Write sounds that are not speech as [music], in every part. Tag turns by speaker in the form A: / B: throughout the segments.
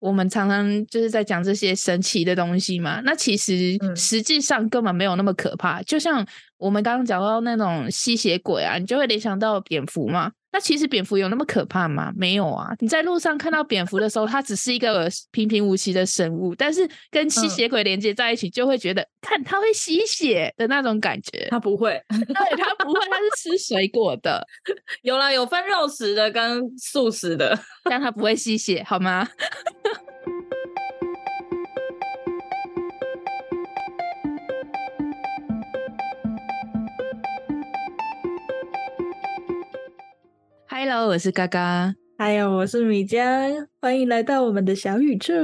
A: 我们常常就是在讲这些神奇的东西嘛，那其实
B: 嗯
A: 实际上根本没有那么可怕。就像我们刚刚讲到那种吸血鬼啊，你就会联想到蝙蝠嘛。那其实蝙蝠有那么可怕吗？没有啊！你在路上看到蝙蝠的时候，它只是一个平平无奇的生物，但是跟吸
B: 嗯
A: 血鬼连接在一起，就会觉得、看它会吸血的那种感觉。 [laughs]
B: 他不会， [laughs]
A: 对，它不会，它是吃水果的，
B: 有啦，有分肉食的跟素食的。 [laughs]
A: 但它不会吸血，好吗？Hello，我是嘎嘎，
B: 还有，我是米江，欢迎来到我们的小宇宙。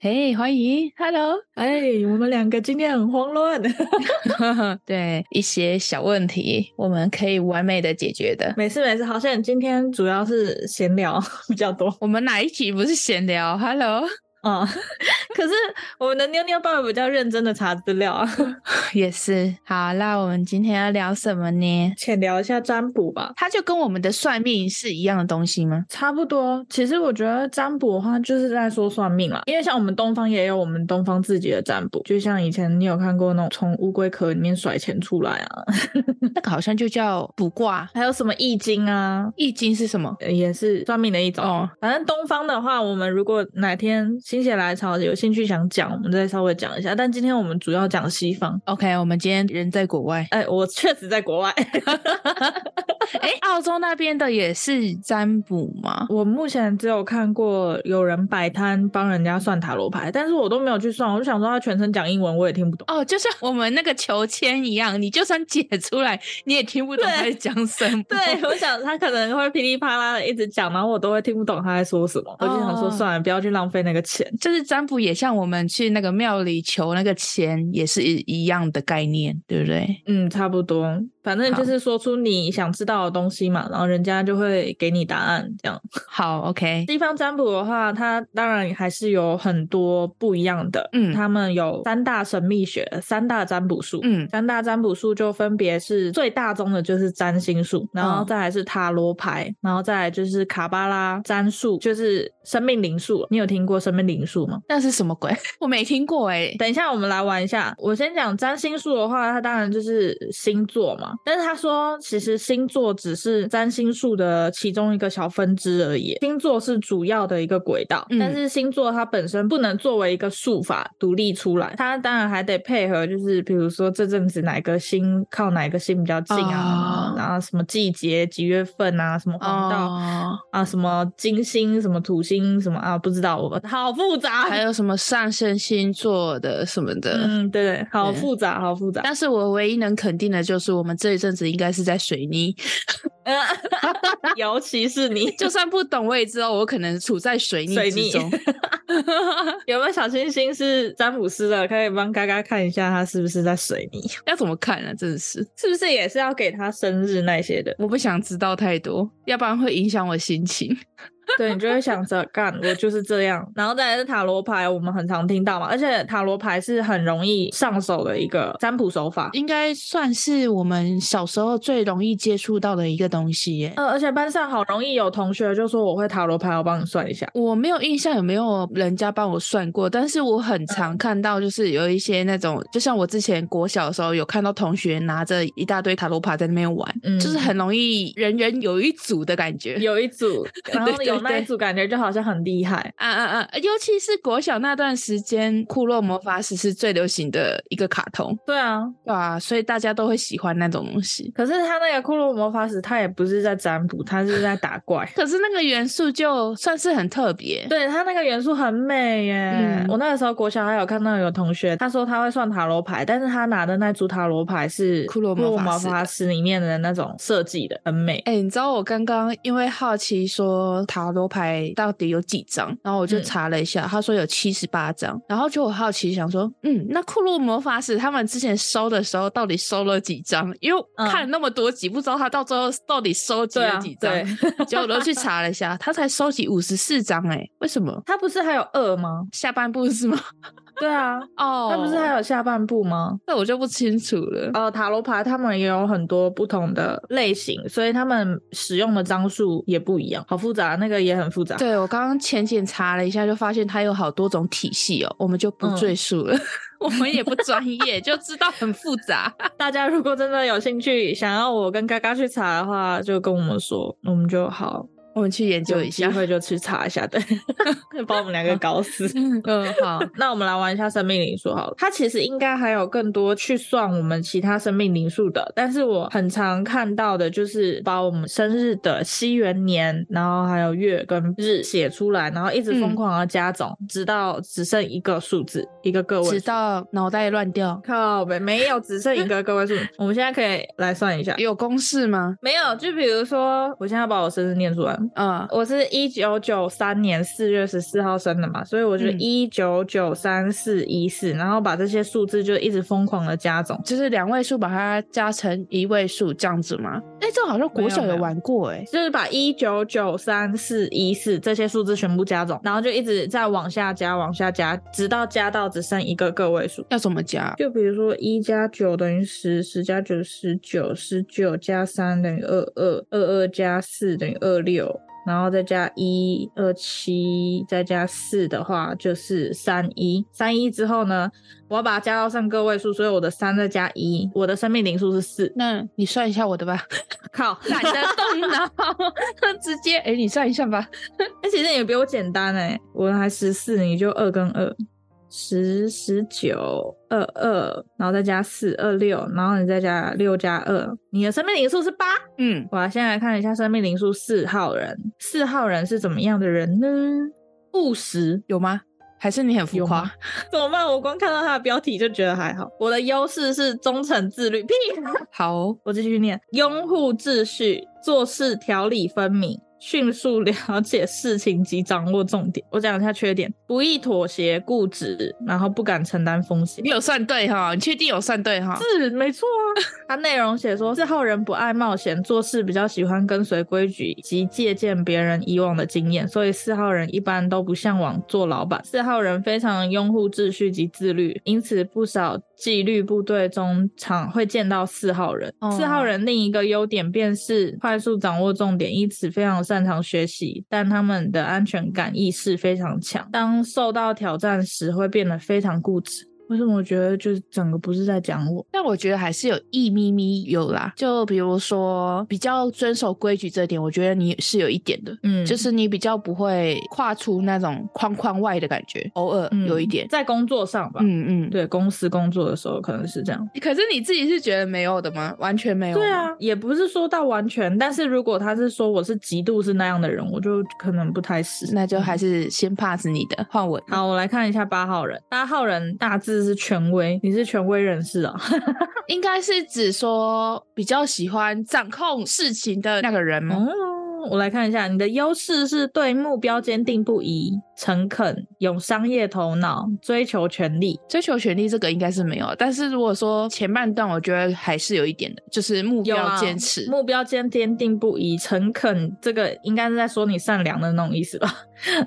A: 嘿、欢迎，Hello，
B: 哎，我们两个今天很慌乱，
A: [laughs]
B: [laughs]
A: 对一些小问题，我们可以完美的解决的。
B: 没事没事，好像今天主要是闲聊 [laughs] 比较多
A: 我们哪一集不是闲聊？Hello，
B: 啊、 [laughs] 可是我们的妞妞爸爸比较认真的查资料啊，
A: [laughs]
B: [laughs]
A: 也是。好，那我们今天要聊什么呢？
B: 浅聊一下占卜吧。
A: 它就跟我们的算命是一样的东西吗？
B: 差不多，其实我觉得占卜的话，就是在说算命啦。因为像我们东方也有我们东方自己的占卜，就像以前你有看过那种从乌龟壳里面甩钱出来啊，
A: 那个好像就叫卜卦，
B: 还有什么易经啊，
A: 易经是什么？
B: 呃也是算命的一种。
A: 哦，
B: 反正东方的话，我们如果哪天心血来潮有兴趣想讲，我们再稍微讲一下。但今天我们主要讲西方。，
A: OK，我们今天人在国外
B: [laughs] 哎，我确实在国 [laughs] 外，
A: 哎，澳洲那边的也是占卜吗？
B: 我目前只有看过有人摆摊帮人家算塔罗牌，但是我都没有去算，我就想说他全程讲英文，我也听不懂。
A: 哦，就像我们那个求签一样，你就算解出来，你也听不懂
B: 对
A: 他在讲什么。
B: [laughs] 对，我想他可能会噼里啪啦的一直讲，然后我都会听不懂他在说什么。我就想说，
A: 哦
B: 算了，不要去浪费那个钱。
A: 就是占卜也像我们去那个庙里求那个签，也是一一样的概念，对不对？
B: 嗯，差不多，反正
A: 好
B: 就是说出你想知道的东西嘛，然后人家就会给你答案。这样，
A: 好，OK，
B: 西方占卜的话，它当然还是有很多不一样的。
A: 嗯
B: 他们有三大神秘学，三大占卜术。
A: 嗯，
B: 三大占卜术就分别是最大宗的就是占星术，然后
A: 嗯
B: 再来是塔罗牌，然后再来就是卡巴拉占术，就是生命灵数。你有听过生命灵数吗？
A: 那是什么鬼？ [laughs] 我没听过哎、
B: 等一下，我们来玩一下。我先讲占星术的话，它当然就是星座嘛，但是他说其实星座只是占星术的其中一个小分支而已，星座是主要的一个轨道，
A: 嗯
B: 但是星座它本身不能作为一个术法独立出来，它当然还得配合，就是比如说这阵子哪个星靠哪个星比较近啊，
A: 哦
B: 然后什么季节几月份啊，什么黄道、
A: 哦，
B: 啊，什么金星什么土星什么啊，不知道我好复杂，
A: 还有什么上升星座的什么的？
B: 嗯，对对，好
A: 对
B: 复杂，好复杂。
A: 但是我唯一能肯定的就是，我们这一阵子应该是在水泥。
B: 尤其是 [laughs] 你，
A: 就算不懂，我也知道我可能处在水泥
B: 水
A: 之
B: 逆 [laughs]
A: 中。
B: 有没有小星星是詹姆斯的？可以帮嘎嘎看一下，他是不是在水泥？ [laughs]
A: 要怎么看啊？真的是，？
B: 是不是也是要给他生日那些的 [laughs]
A: 我不想知道太多，要不然会影响我心情。
B: 对，你就会想着干，我就是这样。然后再来是塔罗牌，我们很常听到嘛，而且塔罗牌是很容易上手的一个占卜手法。
A: 应该算是我们小时候最容易接触到的一个东西耶。
B: 呃，而且班上好容易有同学就说我会塔罗牌，我帮你算一下。
A: 我没有印象有没有人家帮我算过，但是我很常看到，就是有一些那种，就像我之前国小的时候有看到同学拿着一大堆塔罗牌在那边玩，
B: 嗯
A: 就是很容易人人有一组的感觉。
B: 有一 [laughs] 组，然后
A: 对
B: 有
A: 对
B: 那一
A: 对
B: 组感觉就好像很厉害。
A: 啊啊啊！尤其是国小那段时间，《库洛魔法使》是最流行的一个卡通，
B: 对啊，
A: 对啊，所以大家都会喜欢那种东西。。
B: 可是他那个骷髅魔法使，他也不是在占卜，他是在打怪
A: [laughs] 可是那个元素就算是很特别，
B: 对他那个元素很美耶！
A: 嗯
B: 我那个时候国小还有看到有同学，他说他会算塔罗牌，但是他拿的那组塔罗牌是
A: 骷髅魔
B: 魔
A: 法使的
B: 法使里面的那种设计的，很美。
A: 哎、你知道我刚刚因为好奇说塔罗牌到底有几张，然后我就
B: 嗯
A: 查了一下，他说有七十八张，然后就我好奇想说，嗯，那库洛魔法使他们之前收的时候到底收了几张？因为
B: 嗯
A: 看了那么多集，不知道他到最后到底收集
B: 对
A: 了
B: 啊
A: 几，张，[laughs]
B: 对，
A: 结果我都去查了一下，他才收集五十四张，哎，为什么？
B: [laughs] 他不是还有二吗？
A: 下半部是吗？
B: 对啊，
A: 哦
B: 他不是还有下半部吗？
A: 那我就不清楚了。
B: 呃，塔罗牌他们也有很多不同的类型，所以他们使用的张数也不一样，好复杂。那个个也很复杂。
A: 对我刚刚浅浅查了一下，就发现它有好多种体系哦，我们就不
B: 嗯
A: 赘述了， [laughs] 我们也不专业，就知道很复杂。
B: 大家如果真的有兴趣，想要我跟嘎嘎去查的话，就跟我们说，我们就好
A: [laughs] 我们去研究
B: 有
A: 一
B: 机
A: 下。
B: 会就去查一下， [laughs] 对，把我们两个搞 [laughs] 死。
A: [laughs] 嗯，好，
B: 那我们来玩一下生命灵数好了，它其实应该还有更多去算我们其他生命灵数的，但是我很常看到的就是把我们生日的西元年，然后还有月跟日写出来，然后一直疯
A: 嗯
B: 狂的加总，直到只剩一个数字，一个个
A: [laughs]
B: 位
A: 直
B: 数。
A: 到脑袋乱掉，
B: 靠北，没有，只剩一个个位数。我们现在可以来算一下，
A: 有公式吗？
B: 没有，就比如说，我现在要把我生日念出来，
A: 嗯，
B: 我是一九九三年四月十四号生的嘛，所以我就
A: 嗯
B: 一九九三四一四，然后把这些数字就一直疯狂的加总。
A: 就是两位数把它加成一位数这样子吗？哎、这好像国小
B: 没有
A: 有玩过哎、
B: 就是把一九九三四一四这些数字全部加总，然后就一直在往下加，往下加，直到加到只剩一个个位数。
A: 要怎么加？
B: 就比如说一加九等于十，十加九十九，十九加三等于二二，二二加四等于二六，然后再加一二七，再加四的话就是三一，三一之后呢，我要把它加到上个位数，所以我的三再加一，我的生命灵数是四。
A: 那你算一下我的吧，
B: 靠，
A: 懒得动脑， [laughs] 直接哎、你算一下吧。
B: [laughs] 那其实也比我简单哎、我还十四，你就二跟二，十十九二二，然后再加四二六，然后你再加六加二，你的生命灵数是八。
A: 嗯，
B: 我先来看一下生命灵数四号人，四号人是怎么样的人呢？ [laughs] 务实，
A: 有吗？还是你很浮
B: 有
A: 夸
B: 吗？怎么办？我光看到他的标题就觉得还好。我的优势是忠诚、自律，屁！
A: [laughs] 好哦、
B: 我继续念：拥护秩序，做事条理分明，迅速了解事情及掌握重点。我讲一下缺点：不易妥协、固执，然后不敢承担风险
A: 你。有算对哈，你确定有算对哈？
B: 是没错啊， [laughs] 它内容写说四号人不爱冒险，做事比较喜欢跟随规矩及借鉴别人以往的经验，所以四号人一般都不向往做老板。四号人非常拥护秩序及自律，因此不少纪律部队中常会见到四号人。
A: 哦
B: 四号人另一个优点便是快速掌握重点，因此非常擅长学习，但他们的安全感意识非常强。当受到挑战时，会变得非常固执。为什么我觉得就是整个不是在讲我？
A: 但我觉得还是有一咪咪有啦，就比如说比较遵守规矩这点，我觉得你是有一点的，
B: 嗯，
A: 就是你比较不会跨出那种框框外的感觉，偶尔
B: 嗯
A: 有一点。
B: 在工作上吧。
A: 嗯嗯，
B: 对，公司工作的时候可能是这样。
A: 可是你自己是觉得没有的吗？完全没有？
B: 对，啊，也不是说到完全，但是如果他是说我是极度是那样的人，我就可能不太是。
A: 那就还
B: 是、
A: 是先 pass 你的，换我。
B: 好，我来看一下八号人。八号人大致是权威，你是权威人士啊、
A: 应该是指说比较喜欢掌控事情的那个人吗？
B: [laughs] 哦，我来看一下，你的优势是对目标坚定不移、诚恳、有商业头脑、追求权利。
A: 追求权利这个应该是没有，但是如果说前半段，我觉得还是有一点的，就是目
B: 有
A: 标
B: 啊
A: 坚持。
B: 目标坚坚定不移、诚恳，这个应该是在说你善良的那种意思吧？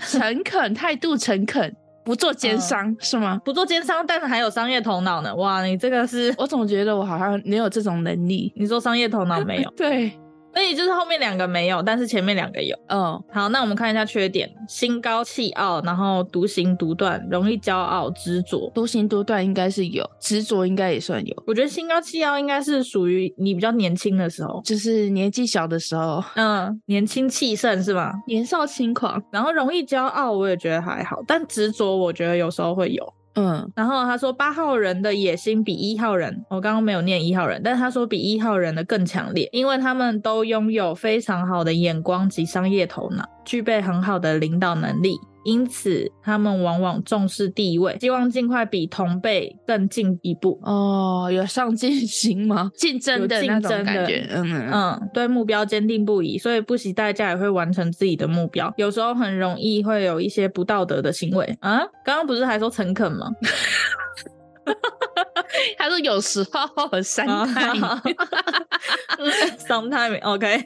A: 诚恳，态度诚恳，不做
B: 嗯
A: 奸商、是吗？
B: 不做奸商，但是还有商业头脑呢。哇，你这个是。
A: 我总觉得我好像没有这种能力，
B: 你说商业头脑没有
A: 对，
B: 所以就是后面两个没有，但是前面两个有。
A: 嗯，
B: 好，那我们看一下缺点：心高气傲，然后独行独断，容易骄傲执着。
A: 独行独断应该是有，执着应该也算有，
B: 我觉得心高气傲应该是属于你比较年轻的时候，
A: 就是年纪小的时候，
B: 嗯，年轻气盛是吧？
A: 年少轻狂。
B: 然后容易骄傲，我也觉得还好，但执着我觉得有时候会有。
A: 嗯，
B: 然后他说八号人的野心比一号人，我刚刚没有念一号人，但是他说比一号人的更强烈，因为他们都拥有非常好的眼光及商业头脑，具备很好的领导能力。因此，他们往往重视地位，希望尽快比同辈更进一步。
A: 哦，有上进心吗？ [laughs] 竞争的那种
B: 有竞争的
A: 感觉，嗯嗯嗯，
B: 嗯，对目标坚定不移，所以不惜代价也会完成自己的目标。有时候很容易会有一些不道德的行为啊。刚刚不是还说诚恳吗？
A: 他
B: 啊 [laughs]
A: 说有时候很三态，
B: Sometime OK，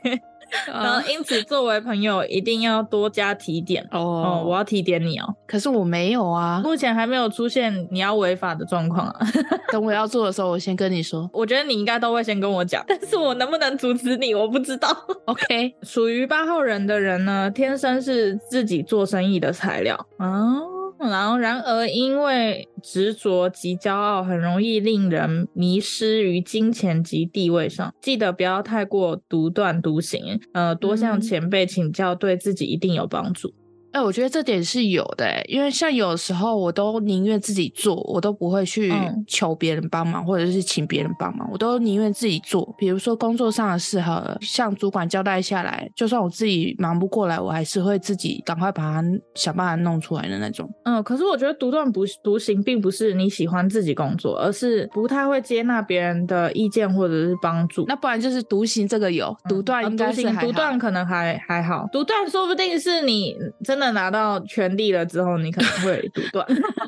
B: 然后因此作为朋友一定要多加提点。 [laughs] 哦，我
A: 哦，
B: 要提点你哦，
A: 可是我没有啊。
B: 目前还没有出现你要违法的状况啊。 [laughs]
A: 等我要做的时候，我先跟你说
B: 我觉得你应该都会先跟我讲，但是我能不能阻止你，我不知道。
A: ，OK。
B: [laughs] 属于八号人的人呢，天生是自己做生意的材料啊。然后，然而因为执着及骄傲，很容易令人迷失于金钱及地位上。记得不要太过独断独行，呃，多向
A: 嗯
B: 前辈请教，对自己一定有帮助。
A: 哎、我觉得这点是有的、欸，因为像有时候我都宁愿自己做，我都不会去
B: 嗯
A: 求别人帮忙，或者是请别人帮忙，我都宁愿自己做。比如说工作上的事好了，向主管交代下来，就算我自己忙不过来，我还是会自己赶快把它想办法弄出来的那种。
B: 嗯，可是我觉得独断不独行，并不是你喜欢自己工作，而是不太会接纳别人的意见或者是帮助。
A: 那不然就是独行这个有，独断
B: 啊
A: 应该
B: 独
A: 是
B: 行
A: 还
B: 独断
A: 好
B: 可能还还好，独断说不定是你真的拿到权利了之后，你可能
A: [laughs]
B: 会独断。 [laughs]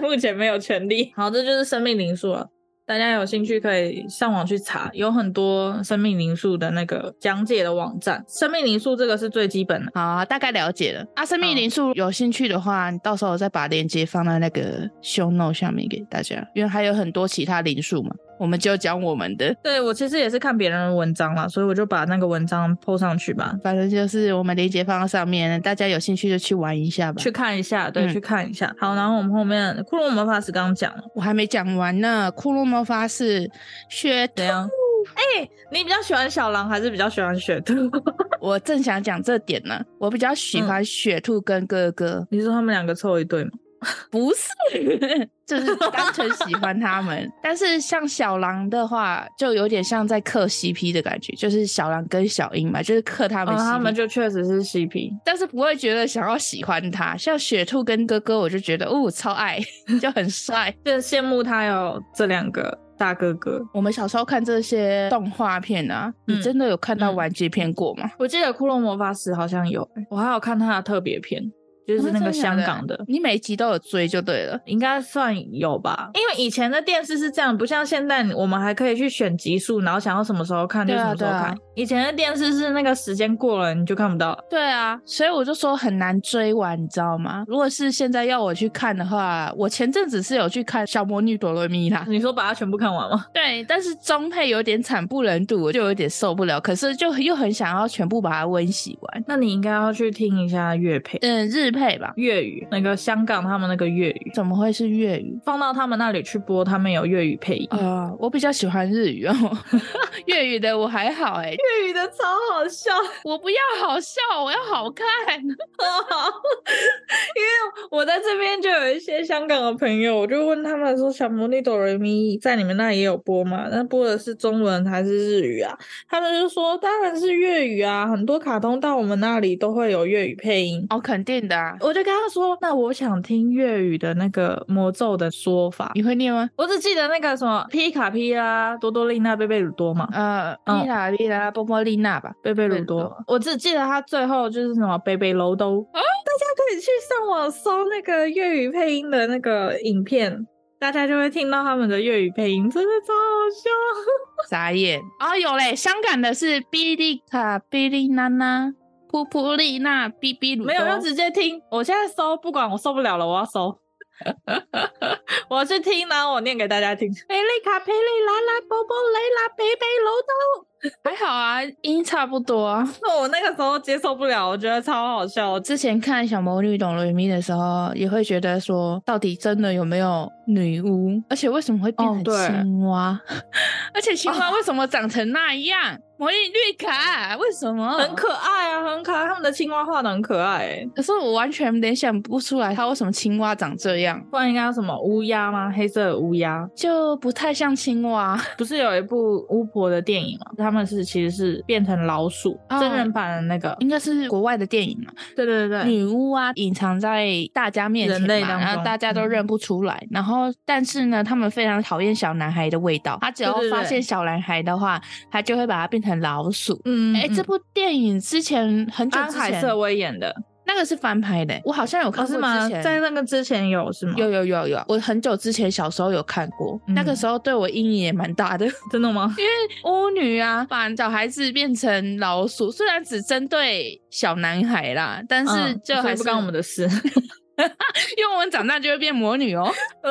B: 目前没有权利。好，这就是生命灵数了。大家有兴趣可以上网去查，有很多生命灵数的那个讲解的网站。生命灵数这个是最基本的。
A: 好啊，大概了解了。啊，生命灵数有兴趣的话，你到时候再把链接放在那个 show note 下面给大家，因为还有很多其他灵数嘛，我们就讲我们的。
B: 对我其实也是看别人的文章啦，所以我就把那个文章 po 上去吧，
A: 反正就是我们链接放到上面，大家有兴趣就去玩一下吧。
B: 去看一下，对，
A: 嗯
B: 去看一下。好，然后我们后面骷髅魔法师刚刚讲了，
A: 我还没讲完呢，骷髅魔法是学
B: 怎
A: 徒，
B: 样？哎、你比较喜欢小狼还是比较喜欢雪 [laughs] 兔？
A: 我正想讲这点呢。我比较
B: 嗯
A: 喜欢雪兔跟哥哥，
B: 你说他们两个凑一对吗？
A: 不是，就是单纯喜欢他
B: [laughs]
A: 们。但是像小狼的话，就有点像在嗑 CP 的感觉，就是小狼跟小樱嘛，就是嗑他们 CP，、
B: 哦他们就确实是 CP。
A: 但是不会觉得想要喜欢他。像雪兔跟哥哥，我就觉得哦，超爱， [laughs] 就很帅。
B: 就羡慕他有这两个大哥哥。
A: 我们小时候看这些动画片啊，
B: 嗯
A: 你真的有看到
B: 嗯
A: 完结篇过吗？
B: 我记得《骷髅魔法使》好像有、欸我还有看他的特别篇，就是那个香港哦的。
A: 你每一集都有追就对了。
B: 应该算有吧，因为以前的电视是这样，不像现在我们还可以去选集数，然后想要什么时候看就
A: 对
B: 什
A: 啊
B: 么时候
A: 对啊
B: 看。以前的电视是那个时间过了你就看不到了。
A: 对啊，所以我就说很难追完，你知道吗？如果是现在要我去看的话，我前阵子是有去看《小魔女朵罗咪啦》，
B: 你说把它全部看完吗？
A: [laughs] 对，但是中配有点惨不忍睹，我就有点受不了。可是就又很想要全部把它温习完。
B: 那你应该要去听一下粤配、
A: 嗯，日配吧？
B: 粤语那个香港他们那个粤语，
A: 怎么会是粤语？
B: 放到他们那里去播，他们有粤语配音。
A: 啊、我比较喜欢日语哦， [laughs] 粤语的我还好哎、 [laughs]
B: 粤语的超好笑，
A: 我不要好笑，我要好看。
B: 因为我在这边就有一些香港的朋友，我就问他们说《小魔女哆瑞咪》在你们那也有播吗？那播的是中文还是日语啊？他们就说当然是粤语啊，很多卡通到我们那里都会有粤语配音。
A: 哦，肯定的啊，
B: 我就跟他说，那我想听粤语的那个魔咒的说法。
A: 你会念吗？
B: 我只记得那个什么皮卡皮啦、多多丽娜、贝贝鲁多嘛，
A: 呃，
B: 嗯
A: 伊拉伊拉波波丽娜吧，
B: 贝
A: 贝
B: 贝鲁
A: 鲁
B: 多
A: 多，
B: 我只记得他最后就是什么贝贝楼兜。大家可以去上网搜那个粤语配音的那个影片，大家就会听到他们的粤语配音，真的超好笑。
A: 眨眼啊、哦，有嘞，香港的是比利卡、比利娜娜、普普丽娜、比比鲁多，
B: 没有，就直接听。我现在搜，不管我受不了了，我要搜。 [laughs] 我要去听呢、我念给大家听。贝利卡佩利拉拉波波雷拉贝贝楼兜。
A: 还好啊，音差不多啊。
B: 那 [laughs] 我那个时候接受不了，我觉得超好笑。
A: 之前看《小魔女董瑞咪》的时候，也会觉得说，到底真的有没有女巫？而且为什么会变
B: 哦
A: 成
B: 对哦
A: 青蛙？ [laughs] 而且青蛙为什么长成那样？魔力绿卡为什么？
B: 很可爱啊，很可爱。他们的青蛙画的很可爱、欸。
A: 可是我完全联想不出来，它为什么青蛙长这样，
B: 不然应该有什么乌鸦吗？黑色的乌鸦，
A: 就不太像青蛙。
B: 不是有一部巫婆的电影吗？他们是其实是变成老鼠，
A: 哦
B: 真人版的那个。
A: 应该是国外的电影嘛，
B: 对对对对，
A: 女巫啊，隐藏在大家面前嘛，
B: 嗯人类当中
A: 然后大家都
B: 嗯
A: 认不出来。然后，但是呢，他们非常讨厌小男孩的味道。他只要
B: 对对对
A: 发现小男孩的话，他就会把他变成老鼠。
B: 嗯
A: 哎、这部电影之前很久
B: 安
A: 之
B: 海
A: 前，
B: 瑟薇演的，
A: 那个是翻拍的，我好像有
B: 哦
A: 看过
B: 是
A: 之
B: 吗？
A: 前。
B: 在那个之前有是吗？
A: 有有有有，我很久之前小时候有看过，那个
B: 嗯
A: 时候对我阴影也蛮大的。 [laughs]
B: 真的吗？
A: 巫女啊，把小孩子变成老鼠，虽然只针对小男孩啦，但是
B: 嗯
A: 就
B: 所以
A: 还是
B: 不干我们
A: [laughs]
B: 的事。
A: 因为我们长大就会变魔女哦。
B: 哦，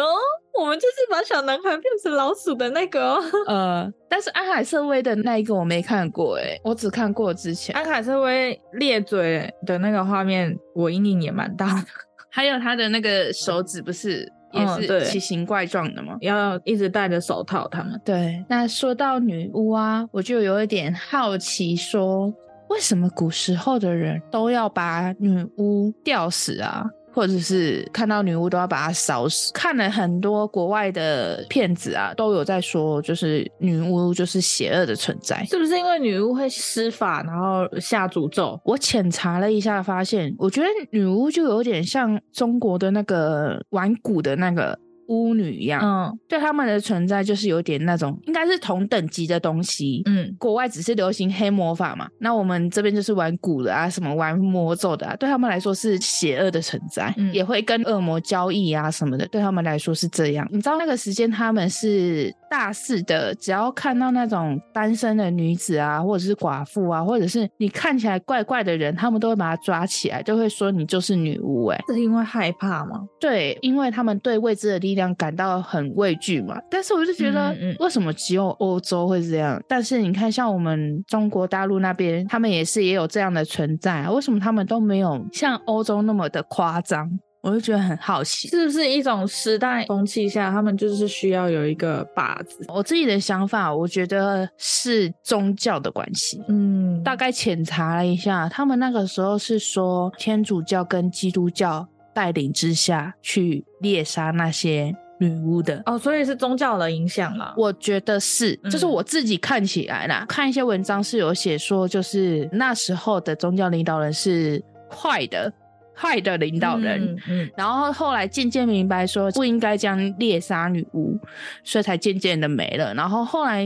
B: 我们就是把小男孩变成老鼠的那个、
A: [laughs]
B: 哦。
A: [laughs] 呃，但是安海瑟薇的那一个我没看过、欸，我只看过之前，
B: 安凯瑟薇咧嘴的那个画面，我阴影也蛮大的，
A: 还有他的那个手指不是也
B: 嗯对
A: 是奇形怪状的吗？
B: 要一直戴着手套。他们
A: [laughs] 对，那说到女巫啊，我就有一点好奇说为什么古时候的人都要把女巫吊死啊？或者是看到女巫都要把她烧死，看了很多国外的片子啊，都有在说，就是女巫就是邪恶的存在。
B: 是不是因为女巫会施法，然后下诅咒？
A: 我浅查了一下，发现我觉得女巫就有点像中国的那个玩古的那个巫女一样，
B: 嗯
A: 对他们的存在就是有点那种应该是同等级的东西。
B: 嗯，
A: 国外只是流行黑魔法嘛，那我们这边就是玩蛊的啊，什么玩魔咒的啊，对他们来说是邪恶的存在，
B: 嗯
A: 也会跟恶魔交易啊什么的，对他们来说是这样。你知道那个时间他们是大肆的，只要看到那种单身的女子啊，或者是寡妇啊，或者是你看起来怪怪的人，他们都会把她抓起来，就会说你就是女巫、欸，哎，
B: 是因为害怕吗？
A: 对，因为他们对未知的力量感到很畏惧嘛。但是我就觉得
B: 嗯嗯嗯，
A: 为什么只有欧洲会这样？但是你看，像我们中国大陆那边，他们也是也有这样的存在啊，为什么他们都没有像欧洲那么的夸张？我就觉得很好奇。
B: 是不是一种时代风气下，他们就是需要有一个靶子？
A: 我自己的想法，我觉得是宗教的关系。
B: 嗯，
A: 大概浅查了一下，他们那个时候是说天主教跟基督教带领之下去猎杀那些女巫的。
B: 哦，所以是宗教的影响啦。
A: 我觉得是，就是
B: 嗯
A: 我自己看起来啦，看一些文章是有写说，就是那时候的宗教领导人是坏的，坏的领导人。
B: 嗯嗯
A: 然后后来渐渐明白说不应该这样猎杀女巫，所以才渐渐的没了。然后后来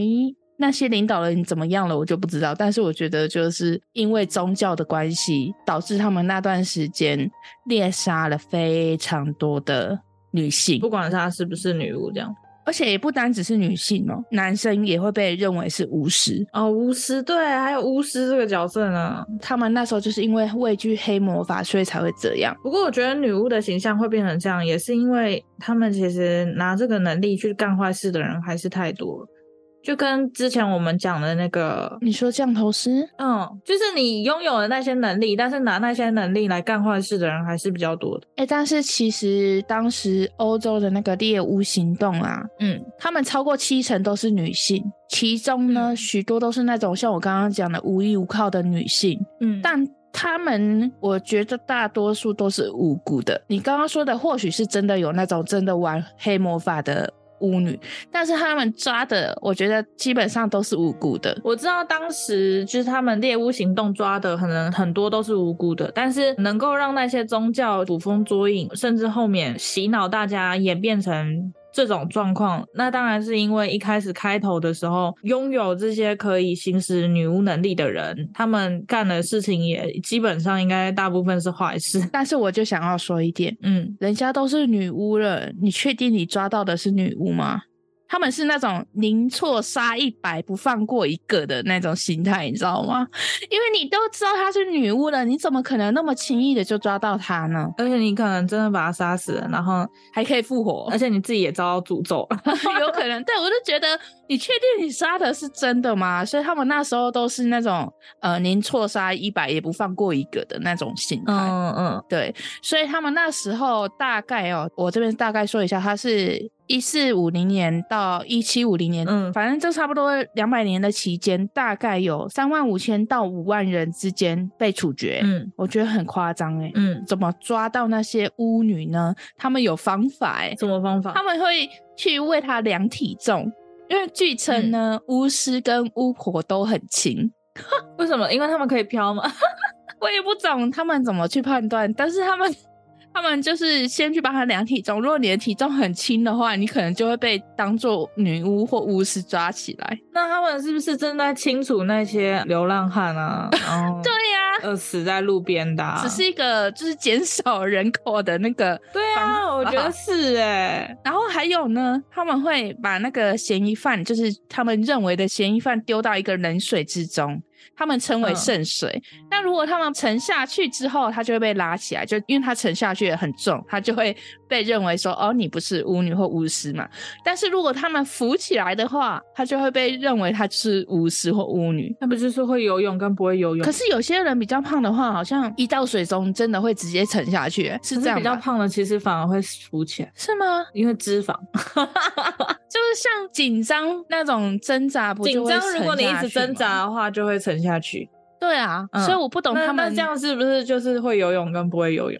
A: 那些领导人怎么样了，我就不知道。但是我觉得就是因为宗教的关系，导致他们那段时间猎杀了非常多的女性
B: 不。管她是不是女巫，这样
A: 而且也不单只是女性哦，男生也会被认为是巫师。
B: 哦，巫师对，还有巫师这个角色呢。
A: 他们那时候就是因为畏惧黑魔法，所以才会这样。
B: 不过我觉得女巫的形象会变成这样，也是因为他们其实拿这个能力去干坏事的人还是太多了，就跟之前我们讲的那个，
A: 你说降头师？
B: 嗯，就是你拥有了那些能力，但是拿那些能力来干坏事的人还是比较多的。
A: 哎，但是其实当时欧洲的那个猎巫行动啊，
B: 嗯，
A: 他们超过七成都是女性，其中呢，
B: 嗯
A: 许多都是那种像我刚刚讲的无依无靠的女性。
B: 嗯但
A: 但他们，我觉得大多数都是无辜的。你刚刚说的，或许是真的有那种真的玩黑魔法的巫女，但是他们抓的，我觉得基本上都是无辜的。
B: 我知道当时就是他们猎巫行动抓的，可能很多都是无辜的，但是能够让那些宗教捕风捉影，甚至后面洗脑大家演变成。这种状况，那当然是因为一开始开头的时候，拥有这些可以行使女巫能力的人，他们干的事情也基本上应该大部分是坏事。 [laughs]
A: 但是我就想要说一点，
B: 嗯，
A: 人家都是女巫了，你确定你抓到的是女巫吗？他们是那种宁错杀一百不放过一个的那种心态，你知道吗？因为你都知道她是女巫了，你怎么可能那么轻易的就抓到她呢？
B: 而且你可能真的把他杀死了，然后
A: 还可以复活
B: 而且你自己也遭到诅咒了。
A: [laughs] 有可能，对我就觉得你确定你杀的是真的吗？所以他们那时候都是那种呃，您错杀一百也不放过一个的那种心态。
B: 嗯嗯，
A: 对，所以他们那时候大概哦，我这边大概说一下，他是一四五零年到一七五零年，
B: 嗯
A: 反正就差不多两百年的期间，大概有三万五千到五万人之间被处决。
B: 嗯
A: 我觉得很夸张哎、
B: 嗯，
A: 怎么抓到那些巫女呢？他们有方法哎、
B: 什么方法？
A: 他们会去为她量体重，因为据称呢，巫师跟巫婆都很轻。
B: 为什么？因为他们可以飘吗？ [laughs]
A: 我也不懂他们怎么去判断，但是他们他们就是先去帮她量体重，如果你的体重很轻的话，你可能就会被当做女巫或巫师抓起来。
B: 嗯那他们是不是正在清除那些流浪汉啊？然后
A: 对呀、
B: 饿死在路边的啊、
A: 只是一个就是减少人口的那个
B: 对
A: 方
B: 啊，我觉
A: 法
B: 得是哎、
A: 然后还有呢，他们会把那个嫌疑犯，就是他们认为的嫌疑犯，丢到一个冷水之中，他们称为
B: 嗯
A: 圣水。那、如果他们沉下去之后，他就会被拉起来，就因为他沉下去也很重，他就会被认为说，哦，你不是巫女或巫师嘛。但是如果他们浮起来的话，他就会被认为他是巫师或巫女。
B: 那不就是会游泳跟不会游泳？
A: 可是有些人比较胖的话，好像一到水中真的会直接沉下去，是这
B: 可是
A: 样
B: 比较
A: 吧
B: 胖的其实反而会浮起来，
A: 是吗？
B: 因为脂肪。
A: 就是像紧张那种挣扎不就
B: 紧
A: 会
B: 张，如果
A: 沉
B: 你一
A: 下
B: 直
A: 去吗
B: 挣，扎的话，就会沉下去。
A: 对啊，
B: 嗯
A: 所以我不懂他
B: 那那
A: 们
B: 这，样是不是就是会游泳跟不会游泳？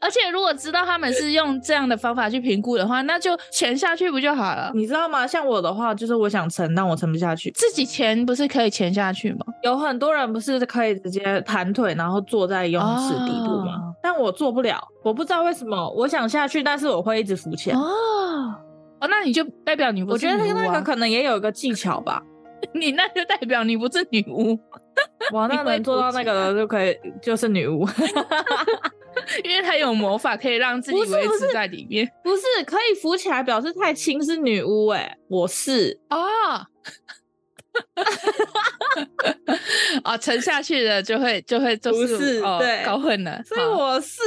A: 而且如果知道他们是用这样的方法去评估的话，那就潜下去不就好了？
B: 你知道吗？像我的话，就是我想沉，但我沉不下去。
A: 自己潜不是可以潜下去吗？
B: 有很多人不是可以直接盘腿，然后坐在游泳池底部吗？
A: 哦
B: 但我做不了，我不知道为什么。我想下去，但是我会一直浮起来。
A: 哦。哦，那你就代表你不
B: 我
A: 是
B: 觉得
A: 女巫
B: 那
A: 啊
B: 个可能也有一个技巧吧。
A: 你那就代表你不是女巫，
B: [laughs] 哇，
A: 你
B: 那
A: 会
B: 能做
A: 浮
B: 到
A: 起
B: 那个的就可以，就是女巫。
A: 因为她有魔法可以让自己
B: 不是
A: 维
B: 不
A: 持
B: 是
A: 在里面
B: [laughs] 不是可以浮起来，表示太轻是女巫哎、我是
A: 哦。 [laughs] 哦，沉下去了就会就会就
B: 不
A: 是
B: 是
A: 哦、
B: 对
A: 搞混了，
B: 所以
A: 好
B: 我 [laughs] 是，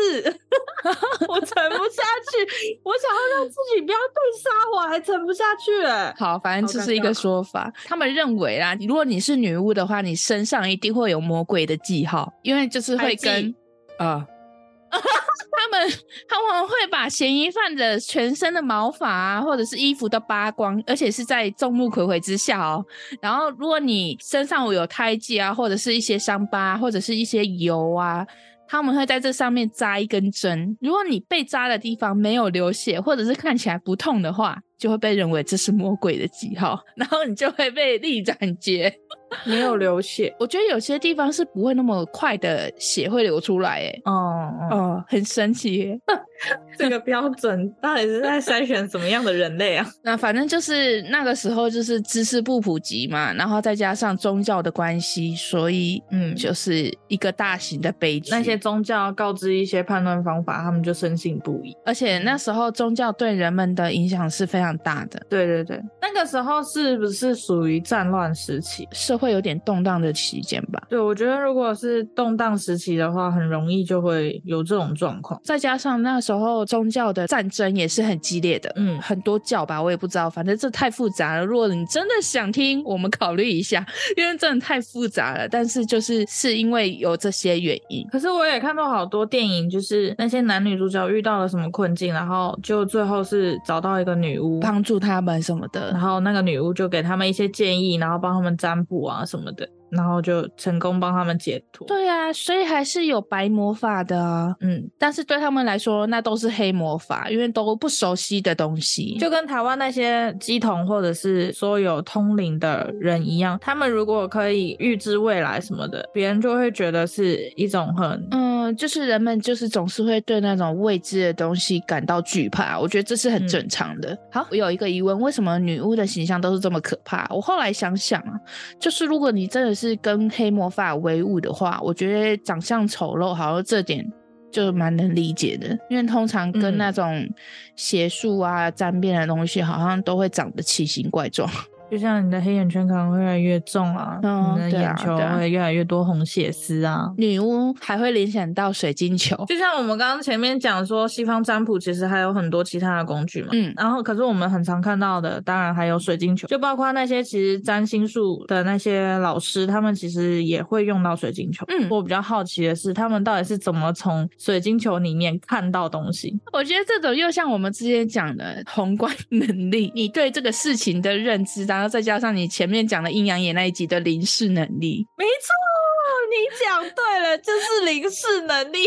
B: 我沉不下去，我想要让自己不要被杀，我还沉不下去哎、
A: 好，反正
B: 好
A: 就
B: 尴
A: 是一个
B: 尬
A: 说法。他们认为啦，如果你是女巫的话，你身上一定会有魔鬼的记号，因为就是
B: 胎
A: 会
B: 记
A: 跟啊。他们他们会把嫌疑犯的全身的毛发啊，或者是衣服都扒光，而且是在众目睽睽之下哦。然后，如果你身上有胎记啊，或者是一些伤疤，或者是一些油啊，他们会在这上面扎一根针。如果你被扎的地方没有流血，或者是看起来不痛的话，就会被认为这是魔鬼的记号， [laughs] 然后你就会被立斩决。
B: 没有流血。
A: 我觉得有些地方是不会那么快的血会流出来，哎，
B: 哦、嗯，
A: 哦，很神奇耶。 [laughs]
B: [laughs] 这个标准到底是在筛选什么样的人类啊？
A: 那反正就是那个时候就是知识不普及嘛，然后再加上宗教的关系，所以
B: 嗯
A: 就是一个大型的悲剧。
B: [laughs] 那些宗教告知一些判断方法，他们就深信不疑。
A: 而且那时候宗教对人们的影响是非常大的，
B: 对对对，那个时候是不是属于战乱时期？
A: 社会有点动荡的期间吧。
B: 对，我觉得如果是动荡时期的话，很容易就会有这种状况。
A: 再加上那时候宗教的战争也是很激烈的，
B: 嗯
A: 很多教吧，我也不知道，反正这太复杂了。如果你真的想听，我们考虑一下，因为真的太复杂了。但是就是是因为有这些原因，
B: 可是我也看到好多电影，就是那些男女主角遇到了什么困境，然后就最后是找到一个女巫，
A: 帮助他们什么的
B: 然。后那个女巫就给他们一些建议，然后帮他们占卜啊什么的，然后就成功帮他们解脱。，
A: 对啊，所以还是有白魔法的啊，
B: 嗯，
A: 但是对他们来说，那都是黑魔法，因为都不熟悉的东西。
B: 就跟台湾那些鸡童或者是说有通灵的人一样，他们如果可以预知未来什么的，别人就会觉得是一种很。
A: 嗯，就是人们就是总是会对那种未知的东西感到惧怕，我觉得这是很
B: 嗯
A: 正常的。好，我有一个疑问，为什么女巫的形象都是这么可怕？我后来想想啊，就是如果你真的是跟黑魔法为伍的话，我觉得长相丑陋，好像这点。就蛮能理解的，因为通常跟
B: 嗯
A: 那种邪术啊、沾边的东西，好像都会长得奇形怪状。 [laughs]
B: 就像你的黑眼圈可能会越来越重啊，
A: 嗯
B: 你的
A: 对啊
B: 眼球
A: 对啊
B: 会越来越多红血丝啊，
A: 女巫还会联想到水晶球，
B: 就像我们刚刚前面讲说，西方占卜其实还有很多其他的工具嘛。
A: 嗯，
B: 然后，可是我们很常看到的，当然还有水晶球，就包括那些其实占星术的那些老师，他们其实也会用到水晶球。
A: 嗯
B: 我比较好奇的是，他们到底是怎么从水晶球里面看到东 [laughs] 西？
A: 我觉得这种又像我们之前讲的宏观能力，你对这个事情的认知，然后再加上你前面讲的阴阳眼那一集的凝视能力，
B: [laughs] 没错，你讲对了，就是灵视能力。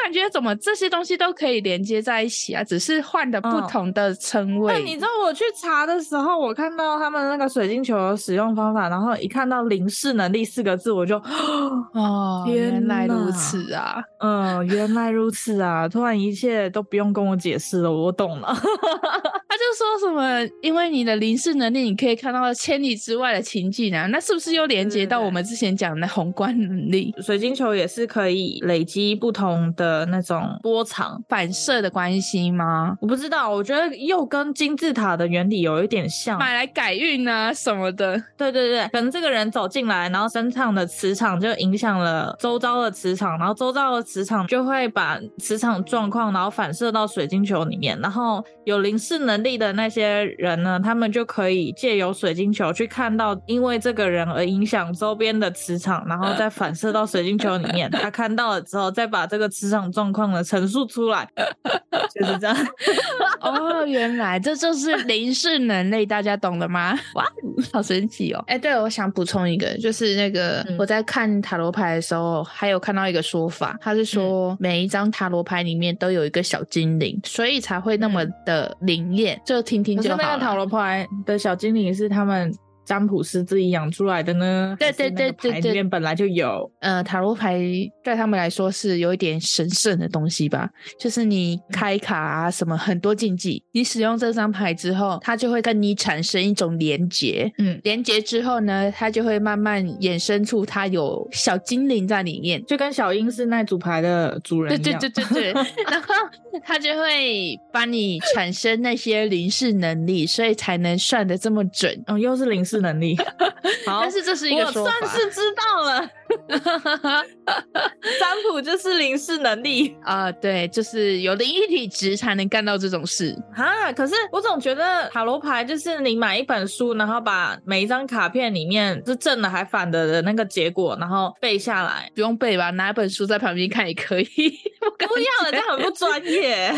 A: 感觉怎么这些东西都可以连接在一起啊，只是换的不
B: 嗯
A: 同的称
B: 那
A: 谓。
B: 你知道我去查的时候，我看到他们那个水晶球的使用方法，然后一看到“灵视能力”四个字，我就， [gasps]
A: 哦，原来如
B: 天哪
A: 此啊！
B: 嗯，原来如此啊！突然一切都不用跟我解释了，我懂了。
A: 他就说什么，因为你的临视能力，你可以看到千里之外的情景啊，那是不是又连接
B: 对对
A: 到我
B: 对
A: 们之前讲的宏观能力、
B: 水晶球也是可以累积不同的那种波长，
A: 反射的关系吗？
B: 我不知道，我觉得又跟金字塔的原理有一点像。
A: 买来改运啊什么的，
B: 对对对，可能这个人走进来，然后身上的磁场就影响了周遭的磁场，然后周遭的磁场就会把磁场状况，然后反射到水晶球里面。然后有灵视能力的那些人呢，他们就可以借由水晶球去看到，因为这个人而影响周边的磁场，然后再反射到水晶球里面。他看到了之后，再把这个磁场状况呢陈述出来， [laughs] 就是这样。 [laughs]
A: 哦，原来这就是灵视能力，大家懂了
B: [laughs]
A: 吗？哇，好神奇哦！哎，对了，我想补充一个，就是那个、
B: 嗯
A: 我在看塔罗牌的时候，还有看到一个说法，他是
B: 嗯
A: 说、每一张塔罗牌里面都有一个小精灵，所以才会那么的灵验，就听听
B: 嗯可是
A: 就好
B: 那
A: 了。
B: 个塔罗牌的小精灵是他们占卜师自己养出来的呢？
A: 对
B: 还是
A: 对
B: 那
A: 对
B: 个
A: 对
B: 牌
A: 对
B: 里面本来就有。
A: 呃，塔罗牌对他们来说是有一点神圣的东西吧，就是
B: 嗯
A: 你开卡啊，什么很多禁忌，你使用这张牌之后，它就会跟你产生一种连结，
B: 嗯，
A: 连结之后呢，它就会慢慢衍生出它有小精灵在里面。
B: 就跟小英是那组牌的主人
A: 对对
B: 一样。
A: 对对对，
B: [laughs]
A: 然后它就会帮你产生那些灵视能力，所以才能算得这么准。
B: 嗯，又是灵视
A: [laughs]
B: 能力。好，
A: 但是这是一
B: 我
A: 个说
B: 算
A: 法，
B: 是知道了， [laughs] 占卜就是灵视能力
A: 啊、对，就是有灵异体质才能干到这种事。
B: 啊。可是我总觉得塔罗牌就是你买一本书，然后把每一张卡片里面是正的还反的的那个结果，然后背下来。
A: 不用背吧，拿一本书在旁边看也可以。 [laughs] 我感
B: 不要了，这样很不专业。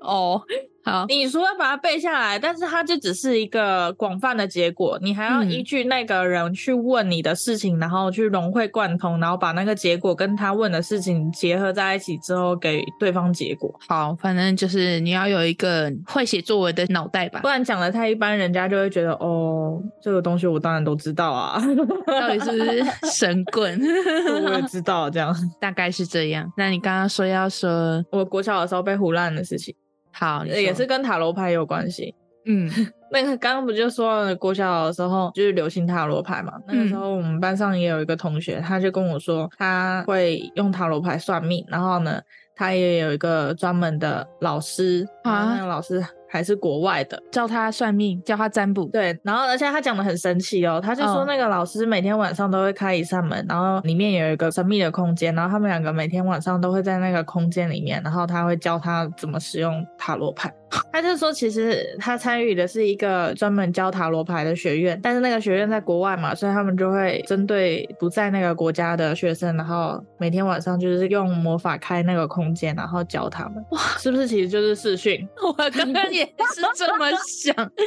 A: 哦，好，
B: 你说要把它背下来，但是它就只是一个广泛的结果，你还要
A: 嗯
B: 依据那个人去问你的事情，然后去融会贯通，然后把那个结果跟他问的事情结合在一起之后给对方结果，
A: 好，反正就是你要有一个会写作文的脑袋吧 [laughs]
B: 不。然讲的太一般，人家就会觉得哦，这个东西我当然都知道啊， [laughs]
A: 到底是不是神棍？ [laughs]
B: 我也知道这样。 [laughs]
A: 大概是这样。那你刚刚说要说
B: 我国小的时候被胡乱的事情，
A: 好，你
B: 也
A: 说
B: 是，跟塔罗牌有关系。
A: 嗯，
B: 那个刚刚不就说了国小的时候就是流行塔罗牌嘛？那个时候我们班上也有一个同学，他就跟我说他会用塔罗牌算命，然后呢，他也有一个专门的老师，然后
A: 啊
B: 那个老师还是国外的，
A: 叫他算命，叫他占卜。
B: 对。然后而且他讲的很神奇哦，他就说
A: 嗯
B: 那个老师每天晚上都会开一扇门，然后里面有一个神秘的空间，然后他们两个每天晚上都会在那个空间里面，然后他会教他怎么使用塔罗牌。 [laughs] 他就说，其实他参与的是一个专门教塔罗牌的学院，但是那个学院在国外嘛，所以他们就会针对不在那个国家的学生，然后每天晚上就是用魔法开那个空间，然后教他们。哇，是不是其实就是视讯？
A: [laughs] 我刚刚也是这么想， [laughs]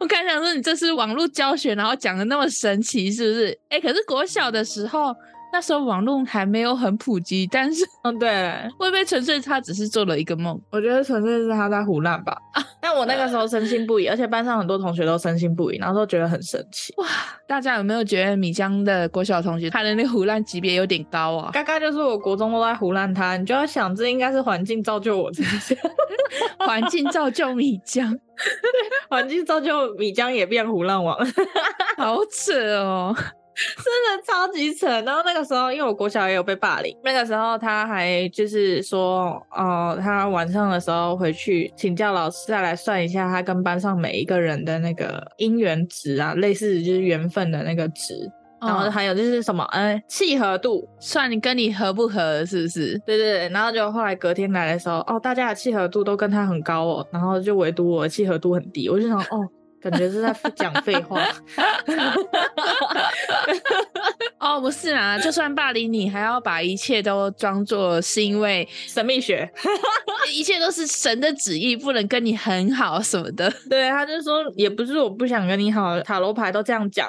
A: 我刚想说你这是网络教学，然后讲的那么神奇，是不是？哎、可是国小的时候，那时候网络还没有很普及，但是
B: 嗯，对，
A: 会不会纯粹他只是做了一个梦？
B: 我觉得纯粹是他在胡乱吧。啊但我那个时候深信不疑，而且班上很多同学都深信不疑，然后都觉得很神奇。
A: 哇，大家有没有觉得米江的国小同学他的那个胡乱级别有点高
B: [laughs]
A: 啊？
B: 嘎嘎就是我国中都在胡乱他，你就要想这应该是环境造就我这些，
A: 环境造就米江，
B: [laughs] 环境造就米江也变胡乱王。
A: 好扯哦！
B: [laughs] 真的超级扯。然后那个时候，因为我国小也有被霸凌，那个时候他还就是说，哦、他晚上的时候回去请教老师，再来算一下他跟班上每一个人的那个姻缘值啊，类似就是缘分的那个值。然后
A: 嗯
B: 还有就是什么，嗯，契合度，
A: 算你跟你合不合，是不是？
B: 对对对。然后就后来隔天来的时候，哦，大家的契合度都跟他很高哦，然后就唯独我的契合度很低，我就想，哦，感觉是在讲废话。
A: 哦，不是啊，就算霸凌你，还要把一切都装作是因为
B: 神秘学。
A: 一切都是神的旨意，不能跟你很好什么的， [laughs]
B: 对，他就说也不是我不想跟你好，塔罗牌都这样讲。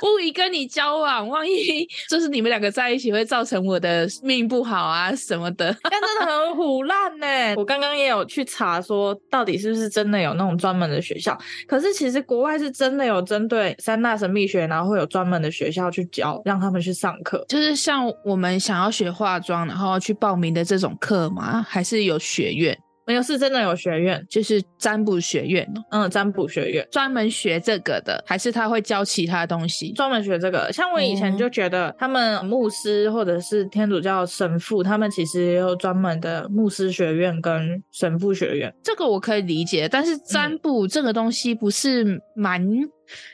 A: 不宜跟你交往。万一就是你们两个在一起，会造成我的命不好啊什么的。 [laughs]
B: 但真的很虎烂呢、我刚刚也有去查，说到底是不是真的有那种专门的学校？可是其实国外是真的有针对三大神秘学，然后会有专门的学校去教，让他们去上课。
A: 就是像我们想要学化妆，然后去报名的这种课吗？还是有学院，
B: 没有，是真的有学院，
A: 就是占卜学院哦
B: 嗯，占卜学院
A: 专门学这个的，还是他会教其他东西？
B: 专门学这个。像我以前
A: 哦
B: 就觉得，他们牧师或者是天主教神父，他们其实也有专门的牧师学院跟神父学院。
A: 这个我可以理解，但是占卜这个东西不是蛮、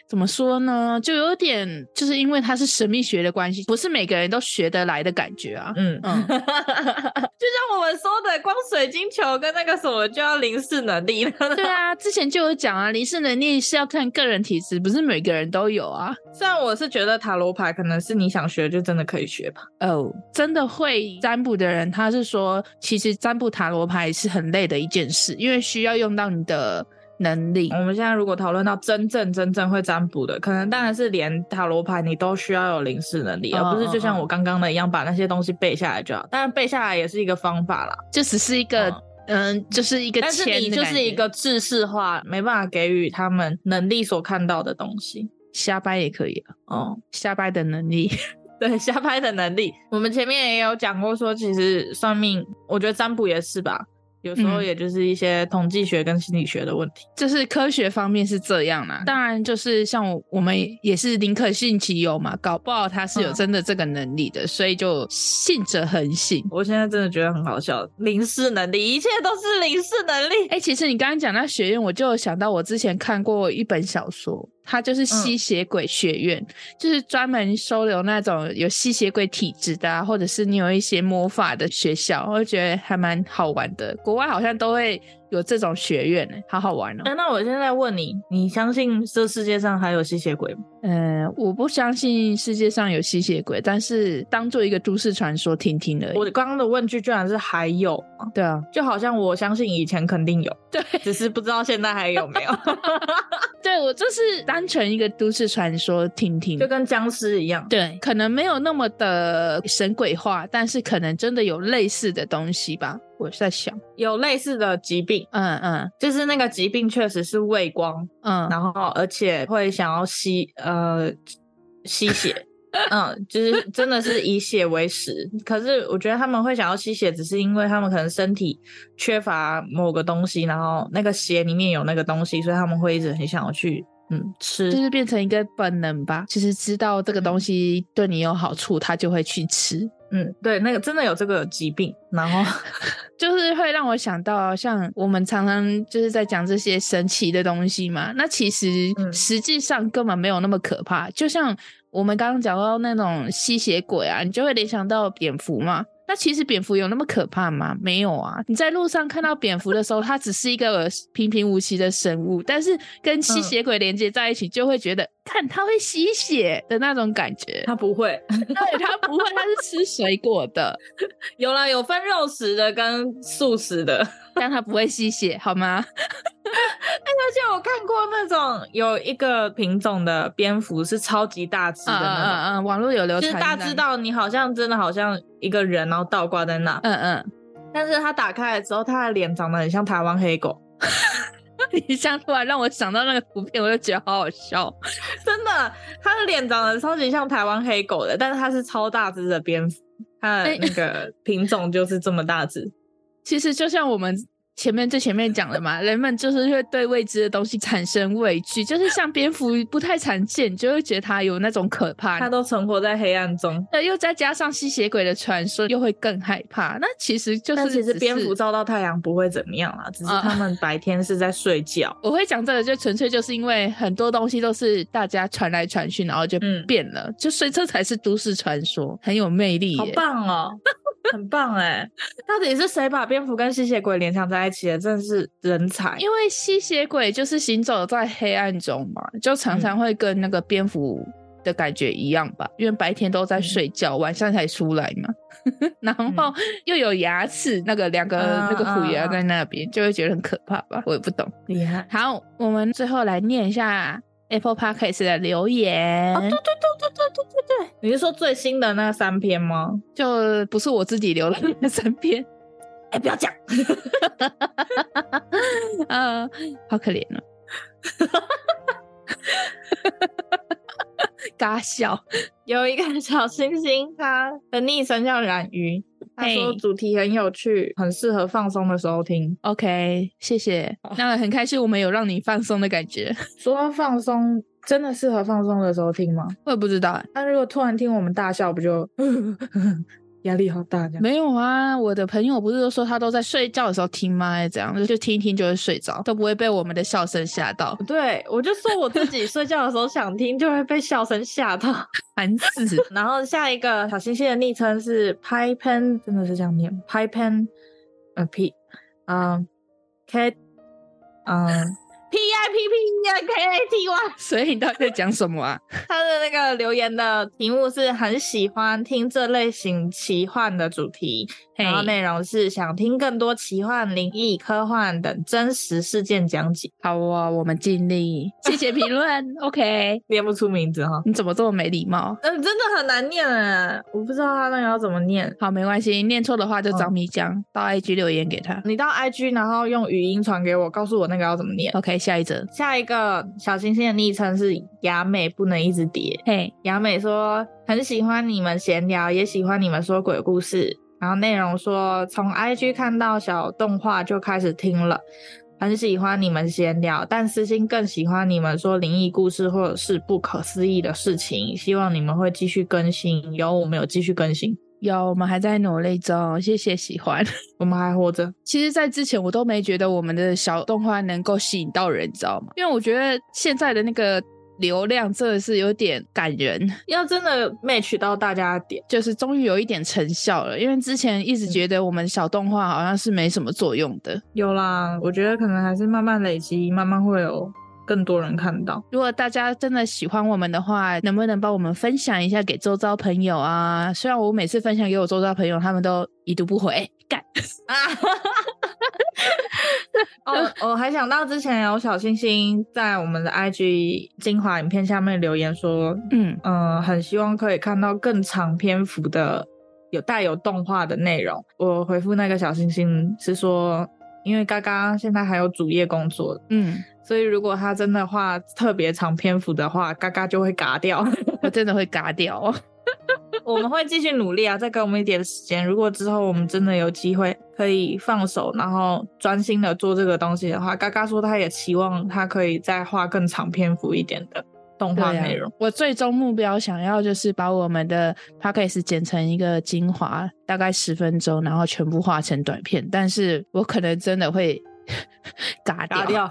A: 怎么说呢？就有点就是因为它是神秘学的关系，不是每个人都学得来的感觉
B: [laughs]
A: 啊。
B: 嗯，
A: 嗯
B: 就像我们说的，光水晶球跟那个什么就要零式能力 [laughs] 了。
A: 对啊，之前就有讲啊，离世能力是要看个人体质，不是每个人都有啊。
B: 虽然我是觉得塔罗牌可能是你想学就真的可以学吧。
A: 哦，真的会占卜的人，他是说，其实占卜塔罗牌是很累的一件事，因为需要用到你的能力。
B: 我们现在如果讨论到真正真正会占卜的，可能当然是连塔罗牌你都需要有零式能力，
A: 嗯
B: 而不是就
A: 嗯
B: 像
A: 嗯
B: 我刚刚的一样把那些东西背下来就好。当然背下来也是一个方法啦，
A: 就只是一个，嗯就是一个
B: 哦但是
A: 签
B: 你
A: 的
B: 就
A: 感
B: 是一
A: 觉
B: 个制式化，没办法给予他们能力所看到的东西。
A: 瞎掰也可以啊，
B: 哦，
A: 瞎掰的能力。 [laughs]
B: 对瞎拍的能力。我们前面也有讲过，说其实算命，我觉得占卜也是吧，有时候
A: 嗯
B: 也就是一些统计学跟心理学的问题。
A: 就是科学方面是这样
B: 嗯
A: 啦，当然就是像我我们也是宁可信其有嘛，搞不好他是有
B: 嗯
A: 真的这个能力的，所以就信者恒信。
B: 我现在真的觉得很好笑，零式能力，一切都是零式能力。
A: 哎、其实你刚刚讲到学院，我就有想到我之前看过一本小说，它就是
B: 嗯
A: 吸血鬼学院，就是专门收留那种有吸血鬼体质的啊，或者是你有一些魔法的学校，我就觉得还蛮好玩的。国外好像都会有这种学院、欸，好好玩哦、
B: 哎、那我现在问你，你相信这世界上还有吸血鬼吗？
A: 嗯，我不相信世界上有吸血鬼，但是当做一个都市传说听听而已。
B: 我刚刚的问句居然是还有吗，
A: 对啊，
B: 就好像我相信以前肯定有，
A: 对
B: 只是不知道现在还有没有，
A: [laughs] 对，我就是单纯一个都市传说听听
B: 就。跟僵尸一样。
A: 对，可能没有那么的神鬼化，但是可能真的有类似的东西吧。我在想，
B: 有类似的疾病，
A: 嗯嗯
B: 就是那个疾病确实是畏光
A: 嗯，
B: 然后而且会想要吸呃吸血， [laughs] 嗯，就是真的是以血为食。可是我觉得他们会想要吸血，只是因为他们可能身体缺乏某个东西，然后那个血里面有那个东西，所以他们会一直很想要去嗯吃
A: 就。是变成一个本能吧。就是知道这个东西对你有好处，他就会去吃。
B: 嗯，对，那个真的有这个疾病，然后 [laughs]
A: 就是会让我想到，像我们常常就是在讲这些神奇的东西嘛。那其实
B: 嗯
A: 实际上根本没有那么可怕。就像我们刚刚讲到那种吸血鬼啊，你就会联想到蝙蝠嘛。那其实蝙蝠有那么可怕吗？没有啊！你在路上看到蝙蝠的时候，它只是一个平平无奇的生物，但是跟吸
B: 嗯
A: 血鬼连接在一起，就会觉得看它会吸血的那种感觉。 [laughs]
B: 他不会， [laughs]
A: 对，它不会，它是吃水果的。
B: 有啦，有分肉食的跟素食的。
A: 但它不会吸血，好吗？
B: 而且我看过那种有一个品种的蝙蝠是超级大只的
A: 嗯
B: 那种，
A: 嗯嗯，网络有流
B: 就是
A: 传，
B: 大知。道你好像真的好像一个人，然后倒挂在那，
A: 嗯嗯， [laughs]
B: 但是他打开来之后，他的脸长得很像台湾黑狗， [laughs]
A: 你这样突然让我想到那个图片，我就觉得好好笑。
B: 真的，他的脸长得超级像台湾黑狗的，但是它是超大只的蝙蝠，它的
A: 哎
B: 那个品种就是这么
A: [laughs]
B: 大只。
A: 其实就像我们前面最前面讲的嘛，人们就是会对未知的东西产生畏惧，就是像蝙蝠不太常见，就会觉得它有那种可怕。
B: 它都存活在黑暗中，
A: 呃，又再加上吸血鬼的传说，又会更害怕。那其实就
B: 但
A: 是
B: 其实
A: 只
B: 蝙
A: 是
B: 蝠照到太阳不会怎么样啦，只是
A: 啊
B: 它们白天是在睡觉。
A: 我会讲这个，就纯粹就是因为很多东西都是大家传来传去，然后就
B: 嗯
A: 变了，就所以这才是都市传说，很有魅力耶。
B: 好棒哦，很棒哎！到底是谁把蝙蝠跟吸血鬼联想在一起的？真的是人才。
A: 因
B: 嗯
A: 为吸血鬼就是行走在黑暗中嘛，就常常会跟那个蝙蝠的感觉一样吧，因为白天都
B: 嗯
A: 在睡觉，晚上才出来嘛。 [laughs] 然后又有牙齿，那个两个、
B: 嗯
A: 那个虎牙在那边，就会觉得很可怕吧？我也不懂。
B: 厉害。
A: 好，我们最后来念一下 Apple Podcast 的留言，
B: 哦，对对对对对对对对，你是说最新的那三篇吗？
A: 就不是我自己留了那三篇，
B: 哎、不要讲，
A: 啊，好可怜
B: [laughs]
A: 哦。 [laughs] 嘎笑，
B: 有一个小星星，他的昵称叫冉鱼，他说
A: 嘿
B: 主题很有趣，很适合放松的时候听。
A: OK，谢谢。那很开心，我们有让你放松的感觉。 [laughs]
B: 说到放松，真的适合放松的时候听吗？
A: 我也不知道、欸，
B: 那如果突然听我们大笑，不就 [laughs] 压力好大？这样
A: 没有啊。我的朋友不是都说他都在睡觉的时候听吗？还是怎样？就听一听就会睡着，都不会被我们的笑声吓到，
B: 对，我就说我自己睡觉的时候想听，就会被笑声吓到。
A: 烦死。 [laughs]
B: 然后下一个小星星的昵称是 Pipen，真的是这样念 Pipen，呃 P，嗯、K，嗯、P [laughs] I P P E N K A T Y。
A: 所以你到底在讲什么啊？
B: 他的那个留言的题目是很喜欢听这类型奇幻的主题，然后
A: 嘿
B: 内容是想听更多奇幻、灵异、科幻等真实事件讲解。
A: 好啊、我们尽力。谢谢评论。OK，
B: 念不出名字哈，
A: 你怎么这么没礼貌？
B: 嗯，真的很难念哎，我不知道他那个要怎么念。
A: 好，没关系，念错的话就找米江、到 IG 留言给他。
B: 你到 IG，然后用语音传给我，告诉我那个要怎么念。
A: OK，下一则。
B: 下一个小星星的昵称是雅美，不能一直叠。
A: 嘿，
B: 雅美说很喜欢你们闲聊，也喜欢你们说鬼故事。然后内容说从 IG 看到小动画就开始听了，很喜欢你们闲聊，但私心更喜欢你们说灵异故事或者是不可思议的事情。希望你们会继续更新，有我们有继续更新，
A: 有，我们还在努力中，谢谢喜欢。
B: 我们还活着。
A: 其实，在之前我都没觉得我们的小动画能够吸引到人，你知道吗？因为我觉得现在的那个流量真的是有点感人，
B: 要真的 match 到大家的点，
A: 就是终于有一点成效了。因为之前一直觉得我们小动画好像是没什么作用的。
B: 有啦，我觉得可能还是慢慢累积，慢慢会有更多人看到。
A: 如果大家真的喜欢我们的话，能不能帮我们分享一下给周遭朋友啊？虽然我每次分享给我周遭朋友，他们都已读不回，干
B: 啊！哦，我还想到之前有小星星在我们的 IG 精华影片下面留言说，
A: 嗯，
B: 嗯、很希望可以看到更长篇幅的有带有动画的内容。我回复那个小星星是说，因为嘎嘎现在还有主业工作，
A: 嗯，
B: 所以如果他真的画特别长篇幅的话，嘎嘎就会嘎掉。
A: [laughs] 我真的会嘎掉哦。
B: 我们会继续努力啊，再给我们一点时间。如果之后我们真的有机会可以放手，然后专心的做这个东西的话，嘎嘎说他也期望他可以再画更长篇幅一点的动画
A: 对啊
B: 内容。
A: 我最终目标想要就是把我们的 podcast 剪成一个精华，大概十分钟，然后全部画成短片。但是我可能真的会 [laughs] 嘎掉，
B: 嘎掉，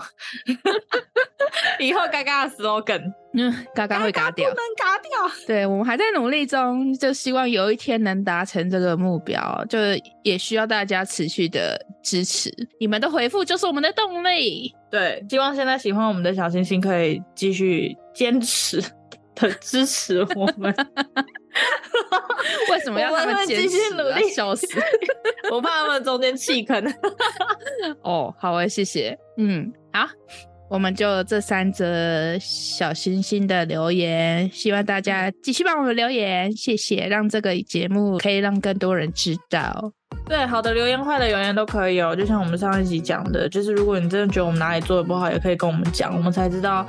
B: [laughs] 以后嘎嘎的 slogan，
A: 嗯，嘎嘎会嘎掉
B: 不。能嘎掉。
A: 对我们还在努力中，就希望有一天能达成这个目标，就是也需要大家持续的支持，你们的回复就是我们的动力。
B: 对，希望现在喜欢我们的小星星可以继续坚持的支持我们。 [laughs]
A: 为什么要
B: 我
A: 他
B: 们
A: 们
B: 会
A: 坚
B: 继
A: 持
B: 续
A: 啊、
B: 努力
A: 笑死！
B: 我怕他们中间弃坑。
A: 哦，好啊，谢谢。嗯，好，我们就这三则小星星的留言，希望大家继续帮我们留言，谢谢，让这个节目可以让更多人知道。
B: 对，好的留言、坏的留言都可以哦。就像我们上一集讲的，就是如果你真的觉得我们哪里做的不好，也可以跟我们讲，我们才知道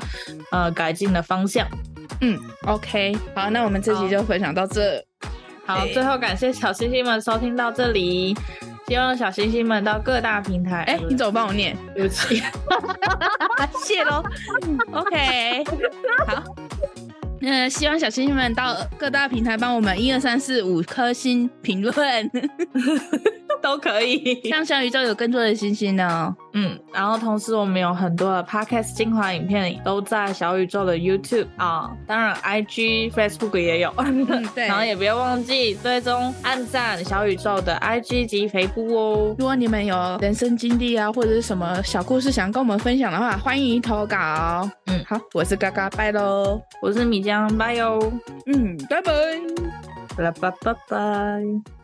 B: 呃改进的方向。
A: OK，好，那我们这集
B: 好
A: 就分享到这。
B: 好，
A: 对
B: 最后感谢小星星们收听到这里，希望小星星们到各大平台。
A: 哎、你怎么帮我 [laughs] 念？
B: 对不起，
A: 啊谢喽。OK，好。那、希望小星星们 [laughs] 到各大平台帮我们一二三四五颗星评论。
B: [laughs] 都
A: [laughs]
B: 可以。
A: 像小宇宙有更多的星星哦呢。
B: 嗯，然后同时我们有很多的 podcast 精华影片都在小宇宙的 YouTube 啊、当然 IG、Facebook 也有。
A: 嗯对
B: [laughs] 然后也别忘记追踪、按赞小宇宙的 IG 及肥布哦。
A: 如果你们有人生经历啊，或者是什么小故事想跟我们分享的话，欢迎投稿。
B: 嗯
A: 好，我是嘎嘎，拜喽。
B: 我是米江，拜哟，
A: 嗯，拜拜。
B: 拜拜拜拜。